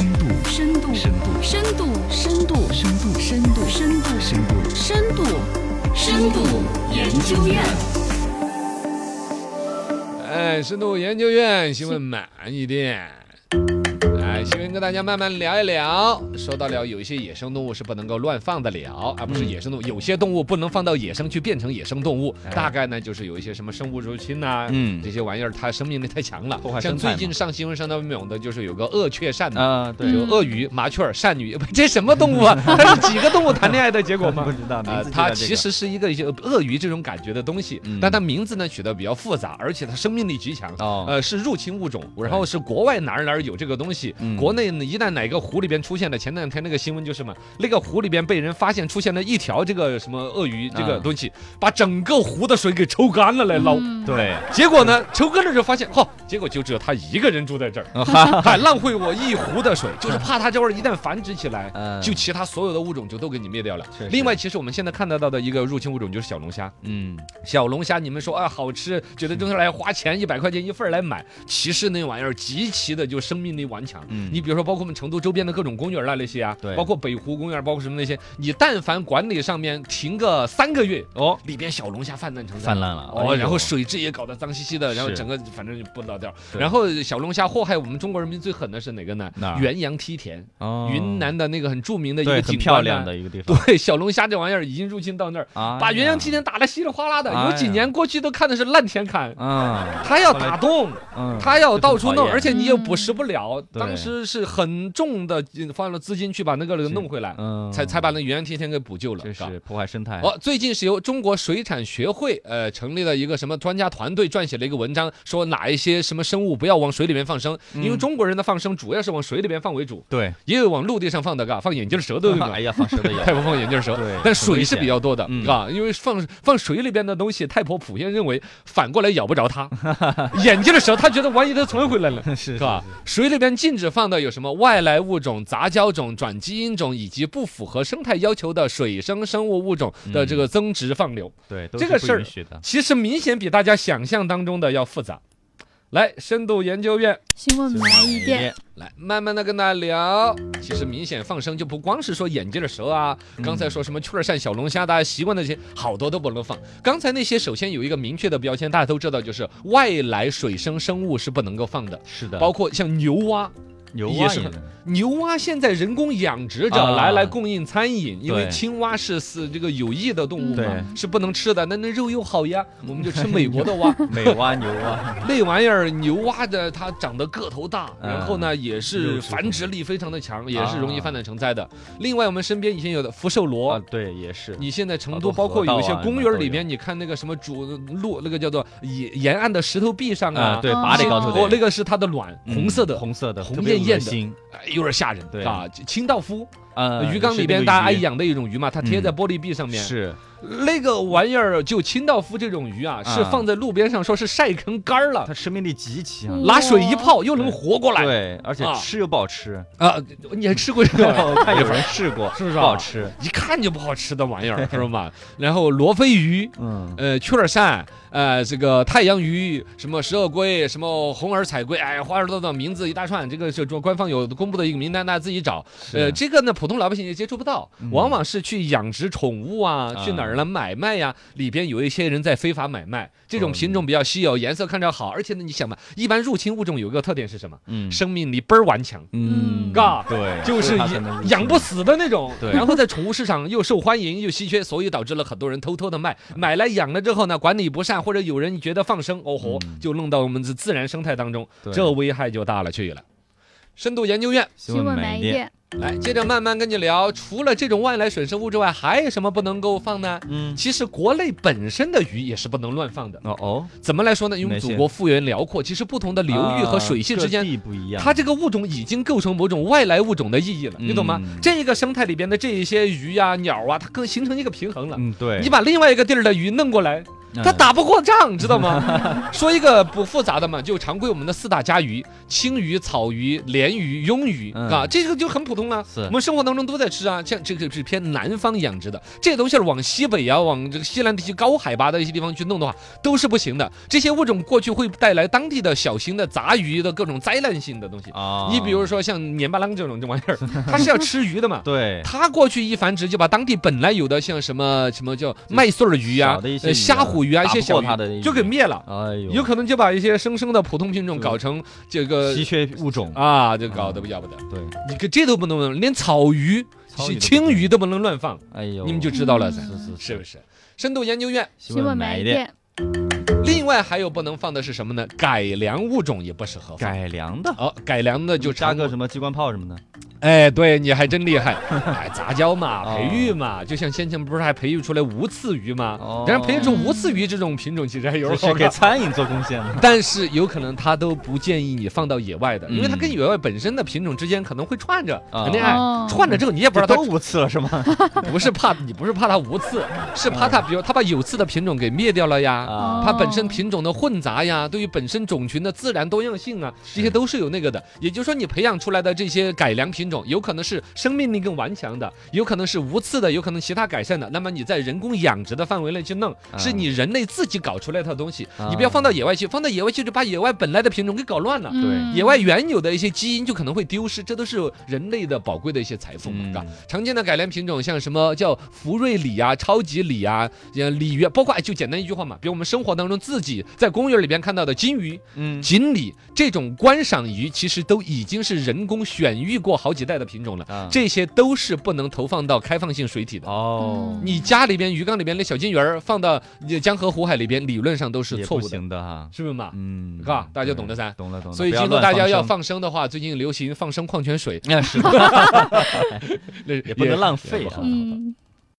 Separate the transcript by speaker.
Speaker 1: 深度，
Speaker 2: 深度，
Speaker 1: 深度，
Speaker 2: 深度，
Speaker 1: 深度，
Speaker 2: 深度，
Speaker 1: 深度，
Speaker 2: 深度，
Speaker 1: 深度，深度研究院。
Speaker 2: 哎，深度研究院新闻满一点。哎，新闻跟大家慢慢聊一聊。说到了，有一些野生动物是不能够乱放的了，而不是野生动物，有些动物不能放到野生去变成野生动物。
Speaker 3: 哎
Speaker 2: 大概呢，就是有一些什么生物入侵呐，
Speaker 3: 嗯
Speaker 2: 这些玩意儿它生命力太强了
Speaker 3: 破坏。
Speaker 2: 像
Speaker 3: 生态
Speaker 2: 最
Speaker 3: 嘛
Speaker 2: 近上新闻上到猛的就是有个鳄雀鳝嘛，
Speaker 3: 啊，对，
Speaker 2: 有鳄鱼、麻雀、鳝鱼，不这什么动物啊？它是几个动物谈恋爱的结果吗
Speaker 3: 不？知道名
Speaker 2: 啊，
Speaker 3: 字就叫
Speaker 2: 它
Speaker 3: 这
Speaker 2: 其
Speaker 3: 个
Speaker 2: 实是一个一些鳄鱼这种感觉的东西，
Speaker 3: 嗯
Speaker 2: 但它名字呢取得比较复杂，而且它生命力极强。
Speaker 3: 哦，
Speaker 2: 呃，是入侵物种，然后是国外哪儿哪儿有这个东西，
Speaker 3: 嗯
Speaker 2: 国内呢一旦哪个湖里边出现了，前两天那个新闻就是嘛，那个湖里边被人发现出现了一条这个什么鳄鱼这个
Speaker 3: 啊
Speaker 2: 东西，把整个湖的水给抽干了来捞，
Speaker 1: 嗯
Speaker 3: 对，
Speaker 2: 结果呢抽干了之后发现，嚯、结果就只有他一个人住在这儿， 还浪费我一湖的水，就是怕它这会儿一旦繁殖起来，
Speaker 3: 嗯
Speaker 2: 就其他所有的物种就都给你灭掉了
Speaker 3: 确实。
Speaker 2: 另外，其实我们现在看得到的一个入侵物种就是小龙虾。
Speaker 3: 嗯，
Speaker 2: 小龙虾，你们说啊好吃，觉得就是来花钱一百块钱一份儿来买，其实那玩意儿极其的就生命力顽强。
Speaker 3: 嗯
Speaker 2: 你比如说，包括我们成都周边的各种公园啦那些啊，
Speaker 3: 对
Speaker 2: 包括北湖公园，包括什么那些，你但凡管理上面停个三个月，
Speaker 3: 哦，
Speaker 2: 里边小龙虾泛滥成灾。
Speaker 3: 泛滥了，哎
Speaker 2: 哦，
Speaker 3: 呦
Speaker 2: 然后水质也搞得脏兮兮的，然后
Speaker 3: 是
Speaker 2: 整个反正就不老掉。
Speaker 3: 对
Speaker 2: 然后小龙虾祸害我们中国人民最狠的是哪个呢
Speaker 3: 哪？儿
Speaker 2: 元阳梯田，
Speaker 3: 哦
Speaker 2: 云南的那个很著名的一
Speaker 3: 对
Speaker 2: 个
Speaker 3: 很
Speaker 2: 景
Speaker 3: 漂
Speaker 2: 观呢
Speaker 3: 亮的一个地方，哎
Speaker 2: 对， 小龙虾这玩意儿已经入侵到那儿，
Speaker 3: 啊
Speaker 2: 把元阳梯田打得稀里哗啦的。
Speaker 3: 哎呀
Speaker 2: 有几年过去都看的是烂田坎，
Speaker 3: 啊，
Speaker 2: 他要打洞，
Speaker 3: 嗯，
Speaker 2: 他要到处
Speaker 3: 就很讨
Speaker 2: 弄，
Speaker 3: 厌嗯
Speaker 2: 而且你又捕食不了。
Speaker 3: 对
Speaker 2: 当时是很重的嗯花了资金去把那个给弄回来，
Speaker 3: 嗯，
Speaker 2: 才才把那元阳梯田给补救了。
Speaker 3: 这
Speaker 2: 嘎
Speaker 3: 是破坏生态，
Speaker 2: 哦，最近是由中国水产学会呃成立了一个什么专家团队撰写了一个文章，说哪一些什么生物不要往水里面放生，
Speaker 3: 嗯
Speaker 2: 因为中国人的放生主要是往水里面放为主，
Speaker 3: 对，
Speaker 2: 也有往陆地上放的，嘎，放眼镜蛇都有嘛
Speaker 3: 哎。呀，放蛇的
Speaker 2: 太
Speaker 3: 有，
Speaker 2: 婆放眼镜蛇
Speaker 3: 对，
Speaker 2: 但
Speaker 3: 很
Speaker 2: 水
Speaker 3: 危
Speaker 2: 是比
Speaker 3: 险
Speaker 2: 较多的
Speaker 3: 嗯，
Speaker 2: 啊，因为放放水里边的东西，太婆普遍认为反过来咬不着 它，眼镜蛇它觉得万一它存回来了。
Speaker 3: 是
Speaker 2: 是吧？水里边禁止放的有什么外来物种、杂交种、转基因种以及不符合生态要求的水生生物物种的这个增殖放流，
Speaker 3: 对，都
Speaker 2: 这
Speaker 3: 是
Speaker 2: 个
Speaker 3: 不
Speaker 2: 事儿
Speaker 3: 允许的，
Speaker 2: 嗯其实明显比大家想象当中的要复杂。来，深度研究院
Speaker 1: 新闻来一
Speaker 3: 哎
Speaker 1: 遍，
Speaker 2: 来慢慢的跟大家聊。其实明显放生就不光是说眼镜蛇啊，刚才说什么雀儿鳝、小龙虾，大家习惯的这些好多都不能放。刚才那些首先有一个明确的标签，大家都知道，就是外来水生生物是不能够放的，
Speaker 3: 是的，
Speaker 2: 包括像牛蛙。
Speaker 3: 牛
Speaker 2: 也
Speaker 3: 蛙
Speaker 2: 是
Speaker 3: 也
Speaker 2: 很牛蛙现在人工养殖着
Speaker 3: 啊
Speaker 2: 来来供应餐饮，因为
Speaker 3: 对
Speaker 2: 青蛙是是这个有益的动物嘛
Speaker 3: 对，嗯
Speaker 2: 是不能吃的，那那肉又好呀，我们就吃美国的 蛙。
Speaker 3: 美蛙、牛 蛙，
Speaker 2: 那玩意儿牛蛙的，它长得个头大，
Speaker 3: 嗯
Speaker 2: 然后呢也是繁殖力非常的强，也是容易泛滥成灾的。另外，我们身边以前有的福寿
Speaker 3: 啊，
Speaker 2: 螺。
Speaker 3: 对，也是，
Speaker 2: 哦你现在成都
Speaker 3: 好多
Speaker 2: 包括
Speaker 3: 河道
Speaker 2: 有
Speaker 3: 啊
Speaker 2: 一些公园里
Speaker 3: 什么都
Speaker 2: 边，你看那个什么主路那个叫做沿沿岸的石头壁上啊
Speaker 3: 啊，，对，
Speaker 1: 哦
Speaker 3: 拔得高
Speaker 1: 对
Speaker 3: 头
Speaker 2: 哦，那
Speaker 3: 的，
Speaker 2: 个是它的卵，
Speaker 3: 嗯
Speaker 2: 红色的，
Speaker 3: 红色的，
Speaker 2: 红
Speaker 3: 特别
Speaker 2: 艳艳
Speaker 3: 恶
Speaker 2: 的
Speaker 3: 心，
Speaker 2: 哎有点吓人，
Speaker 3: 对
Speaker 2: 啊，清道夫
Speaker 3: 呃，
Speaker 2: 啊鱼缸
Speaker 3: 是
Speaker 2: 里
Speaker 3: 那
Speaker 2: 边
Speaker 3: 个
Speaker 2: 大家爱
Speaker 3: 鱼嗯
Speaker 2: 养的一种鱼嘛，它贴在玻璃壁上面，
Speaker 3: 是
Speaker 2: 那个玩意儿就清道夫这种鱼啊，是
Speaker 3: 啊
Speaker 2: 放在路边上说是晒成干儿了
Speaker 3: 它，生命力极强，
Speaker 1: 嗯
Speaker 2: 拿水一泡又能活过来，
Speaker 3: 对，而且
Speaker 2: 啊
Speaker 3: 吃又不好吃，
Speaker 2: 啊，你还吃过 这个？
Speaker 3: 我看有人试过，
Speaker 2: 是不是啊
Speaker 3: 不好吃？
Speaker 2: 一看就不好吃的玩 意儿，知道吗？然后罗非鱼，
Speaker 3: 嗯，
Speaker 2: 呃，雀儿鳝，呃，这个太阳鱼，什么十二龟，什么红耳彩龟，哎，花儿多的名字一大串，这个是中官方有公布的一个名单，大家自己找。呃，这个呢，普通老百姓也接触不到，往往是去养殖宠物啊，
Speaker 3: 嗯啊
Speaker 2: 去哪儿呢买卖呀、里边有一些人在非法买卖，这种品种比较稀有，颜色看着好，而且呢，你想嘛，一般入侵物种有一个特点是什么？
Speaker 3: 嗯
Speaker 2: 生命力倍儿顽强。
Speaker 3: 嗯，
Speaker 2: 嘎
Speaker 3: 对，
Speaker 2: 就是
Speaker 3: 它才能
Speaker 2: 养养不死的那种，
Speaker 3: 对
Speaker 2: 然后在宠物市场又受欢迎又稀缺，所以导致了很多人偷偷的卖，
Speaker 3: 嗯
Speaker 2: 买来养了之后呢，管理不善或者有人觉得放生，哦吼，就弄到我们的自然生态当中，
Speaker 3: 嗯对
Speaker 2: 这危害就大了去了。深度研究院
Speaker 1: 新闻来
Speaker 3: 买
Speaker 1: 一遍，
Speaker 2: 来，接着慢慢跟你聊，除了这种外来水生物之外，还有什么不能够放呢？
Speaker 3: 嗯，
Speaker 2: 其实国内本身的鱼也是不能乱放的。
Speaker 3: 哦哦，
Speaker 2: 怎么来说呢？因为
Speaker 3: 哪些
Speaker 2: 祖国幅员辽阔，其实不同的流域和水系之
Speaker 3: 啊
Speaker 2: 间
Speaker 3: 各地不一样，
Speaker 2: 它这个物种已经构成某种外来物种的意义了，
Speaker 3: 嗯
Speaker 2: 你懂吗？这个生态里边的这一些鱼啊、鸟啊，它更形成一个平衡了。
Speaker 3: 嗯对，
Speaker 2: 你把另外一个地儿的鱼弄过来，
Speaker 3: 嗯
Speaker 2: 他打不过仗，知道 吗？说一个不复杂的嘛，就常规我们的四大家鱼：青鱼、草鱼、鲢鱼、鳙鱼
Speaker 3: 嗯
Speaker 2: 啊，这个就很普通了。
Speaker 3: 是
Speaker 2: 我们生活当中都在吃啊，像这个是偏南方养殖的，这些东西儿往西北啊，往这个西南地区高海拔的一些地方去弄的话，都是不行的。这些物种过去会带来当地的小型的杂鱼的各种灾难性的东西。
Speaker 3: 啊
Speaker 2: 你比如说像年巴郎这种这玩 意儿，它是要吃鱼的嘛。
Speaker 3: 对，
Speaker 2: 它过去一繁殖，就把当地本来有的像什么什么叫麦穗儿鱼啊
Speaker 3: 小的一、些
Speaker 2: 呃
Speaker 3: 鱼啊
Speaker 2: 虾虎鱼啊一
Speaker 3: 打
Speaker 2: 些
Speaker 3: 不
Speaker 2: 小
Speaker 3: 过它
Speaker 2: 鱼，
Speaker 3: 的一些
Speaker 2: 就给灭了。
Speaker 3: 哎
Speaker 2: 有
Speaker 3: 呦，
Speaker 2: 可能就把一些生生的普通品种
Speaker 3: 是
Speaker 2: 搞成这个
Speaker 3: 稀缺物种，
Speaker 2: 啊，就搞得不要不得。
Speaker 3: 对，
Speaker 2: 你可这都不能弄，连草鱼、
Speaker 3: 草鱼都不
Speaker 2: 青鱼都不能乱放，
Speaker 3: 哎呦，
Speaker 2: 你们就知道了噻，
Speaker 3: 是是
Speaker 2: 是不是？深度研究院，
Speaker 3: 希望买一点，
Speaker 2: 另外还有不能放的是什么呢？改良物种也不适合放。
Speaker 3: 改良的，
Speaker 2: 哦，改良的 就
Speaker 3: 加
Speaker 2: 常
Speaker 3: 个什么机关炮什么的，
Speaker 2: 哎，对，你还真厉 害，哎，杂交嘛，
Speaker 3: 哦
Speaker 2: 培育嘛，就像先前不是还培育出来无刺鱼吗
Speaker 3: 哦？
Speaker 2: 但是培育出无刺鱼这种品种，其实还有
Speaker 3: 这
Speaker 2: 点
Speaker 3: 是
Speaker 2: 好
Speaker 3: 给
Speaker 2: 搞。
Speaker 3: 餐饮做贡献的。
Speaker 2: 但是有可能它都不建议你放到野外的，因为它
Speaker 3: 嗯
Speaker 2: 跟野外本身的品种之间可能会串着
Speaker 3: 哦
Speaker 2: 谈恋爱，串着之后你也 不知
Speaker 3: 这
Speaker 2: 道
Speaker 3: 都
Speaker 2: 它
Speaker 3: 无刺了 是吗？
Speaker 2: 不是怕你不是怕它无刺，是怕它比如它把有刺的品种给灭掉了呀。
Speaker 3: 啊，
Speaker 2: 它本身品种的混杂呀，对于本身种群的自然多样性啊，这些都是有那个的。也就是说，你培养出来的这些改良品种，有可能是生命力更顽强的，有可能是无刺的，有可能其他改善的。那么你在人工养殖的范围内去弄，
Speaker 3: 啊
Speaker 2: 是你人类自己搞出来的东西，
Speaker 3: 啊
Speaker 2: 你不要放到野外去，放到野外去就把野外本来的品种给搞乱
Speaker 3: 啊
Speaker 2: 了。
Speaker 1: 嗯
Speaker 2: 野外原有的一些基因就可能会丢失，这都是人类的宝贵的一些财富嘛，
Speaker 3: 嗯
Speaker 2: 是吧？常见的改良品种像什么叫福瑞李啊、超级李啊、呃鲤鱼啊，包括哎就简单一句话嘛，比如我们生活当中自己在公园里边看到的金鱼、
Speaker 3: 嗯，
Speaker 2: 锦鲤这种观赏鱼，其实都已经是人工选育过好几代的品种了，
Speaker 3: 啊
Speaker 2: 这些都是不能投放到开放性水体的。
Speaker 3: 哦，
Speaker 2: 你家里边鱼缸里边的小金鱼儿放到呃江河湖海里边，理论上都是
Speaker 3: 也
Speaker 2: 错
Speaker 3: 不
Speaker 2: 误的，
Speaker 3: 行的哈。
Speaker 2: 是不是嘛？
Speaker 3: 嗯，
Speaker 2: 嘎大家懂得噻
Speaker 3: 对懂了懂了。
Speaker 2: 所以
Speaker 3: 不
Speaker 2: 今后
Speaker 3: 乱
Speaker 2: 大家要
Speaker 3: 生，
Speaker 2: 放生的话，最 近流行放生矿泉水，
Speaker 3: 那是
Speaker 2: 那也
Speaker 3: 也不能浪费
Speaker 2: 也不
Speaker 3: 啊
Speaker 2: 好
Speaker 3: 嗯
Speaker 1: 嗯，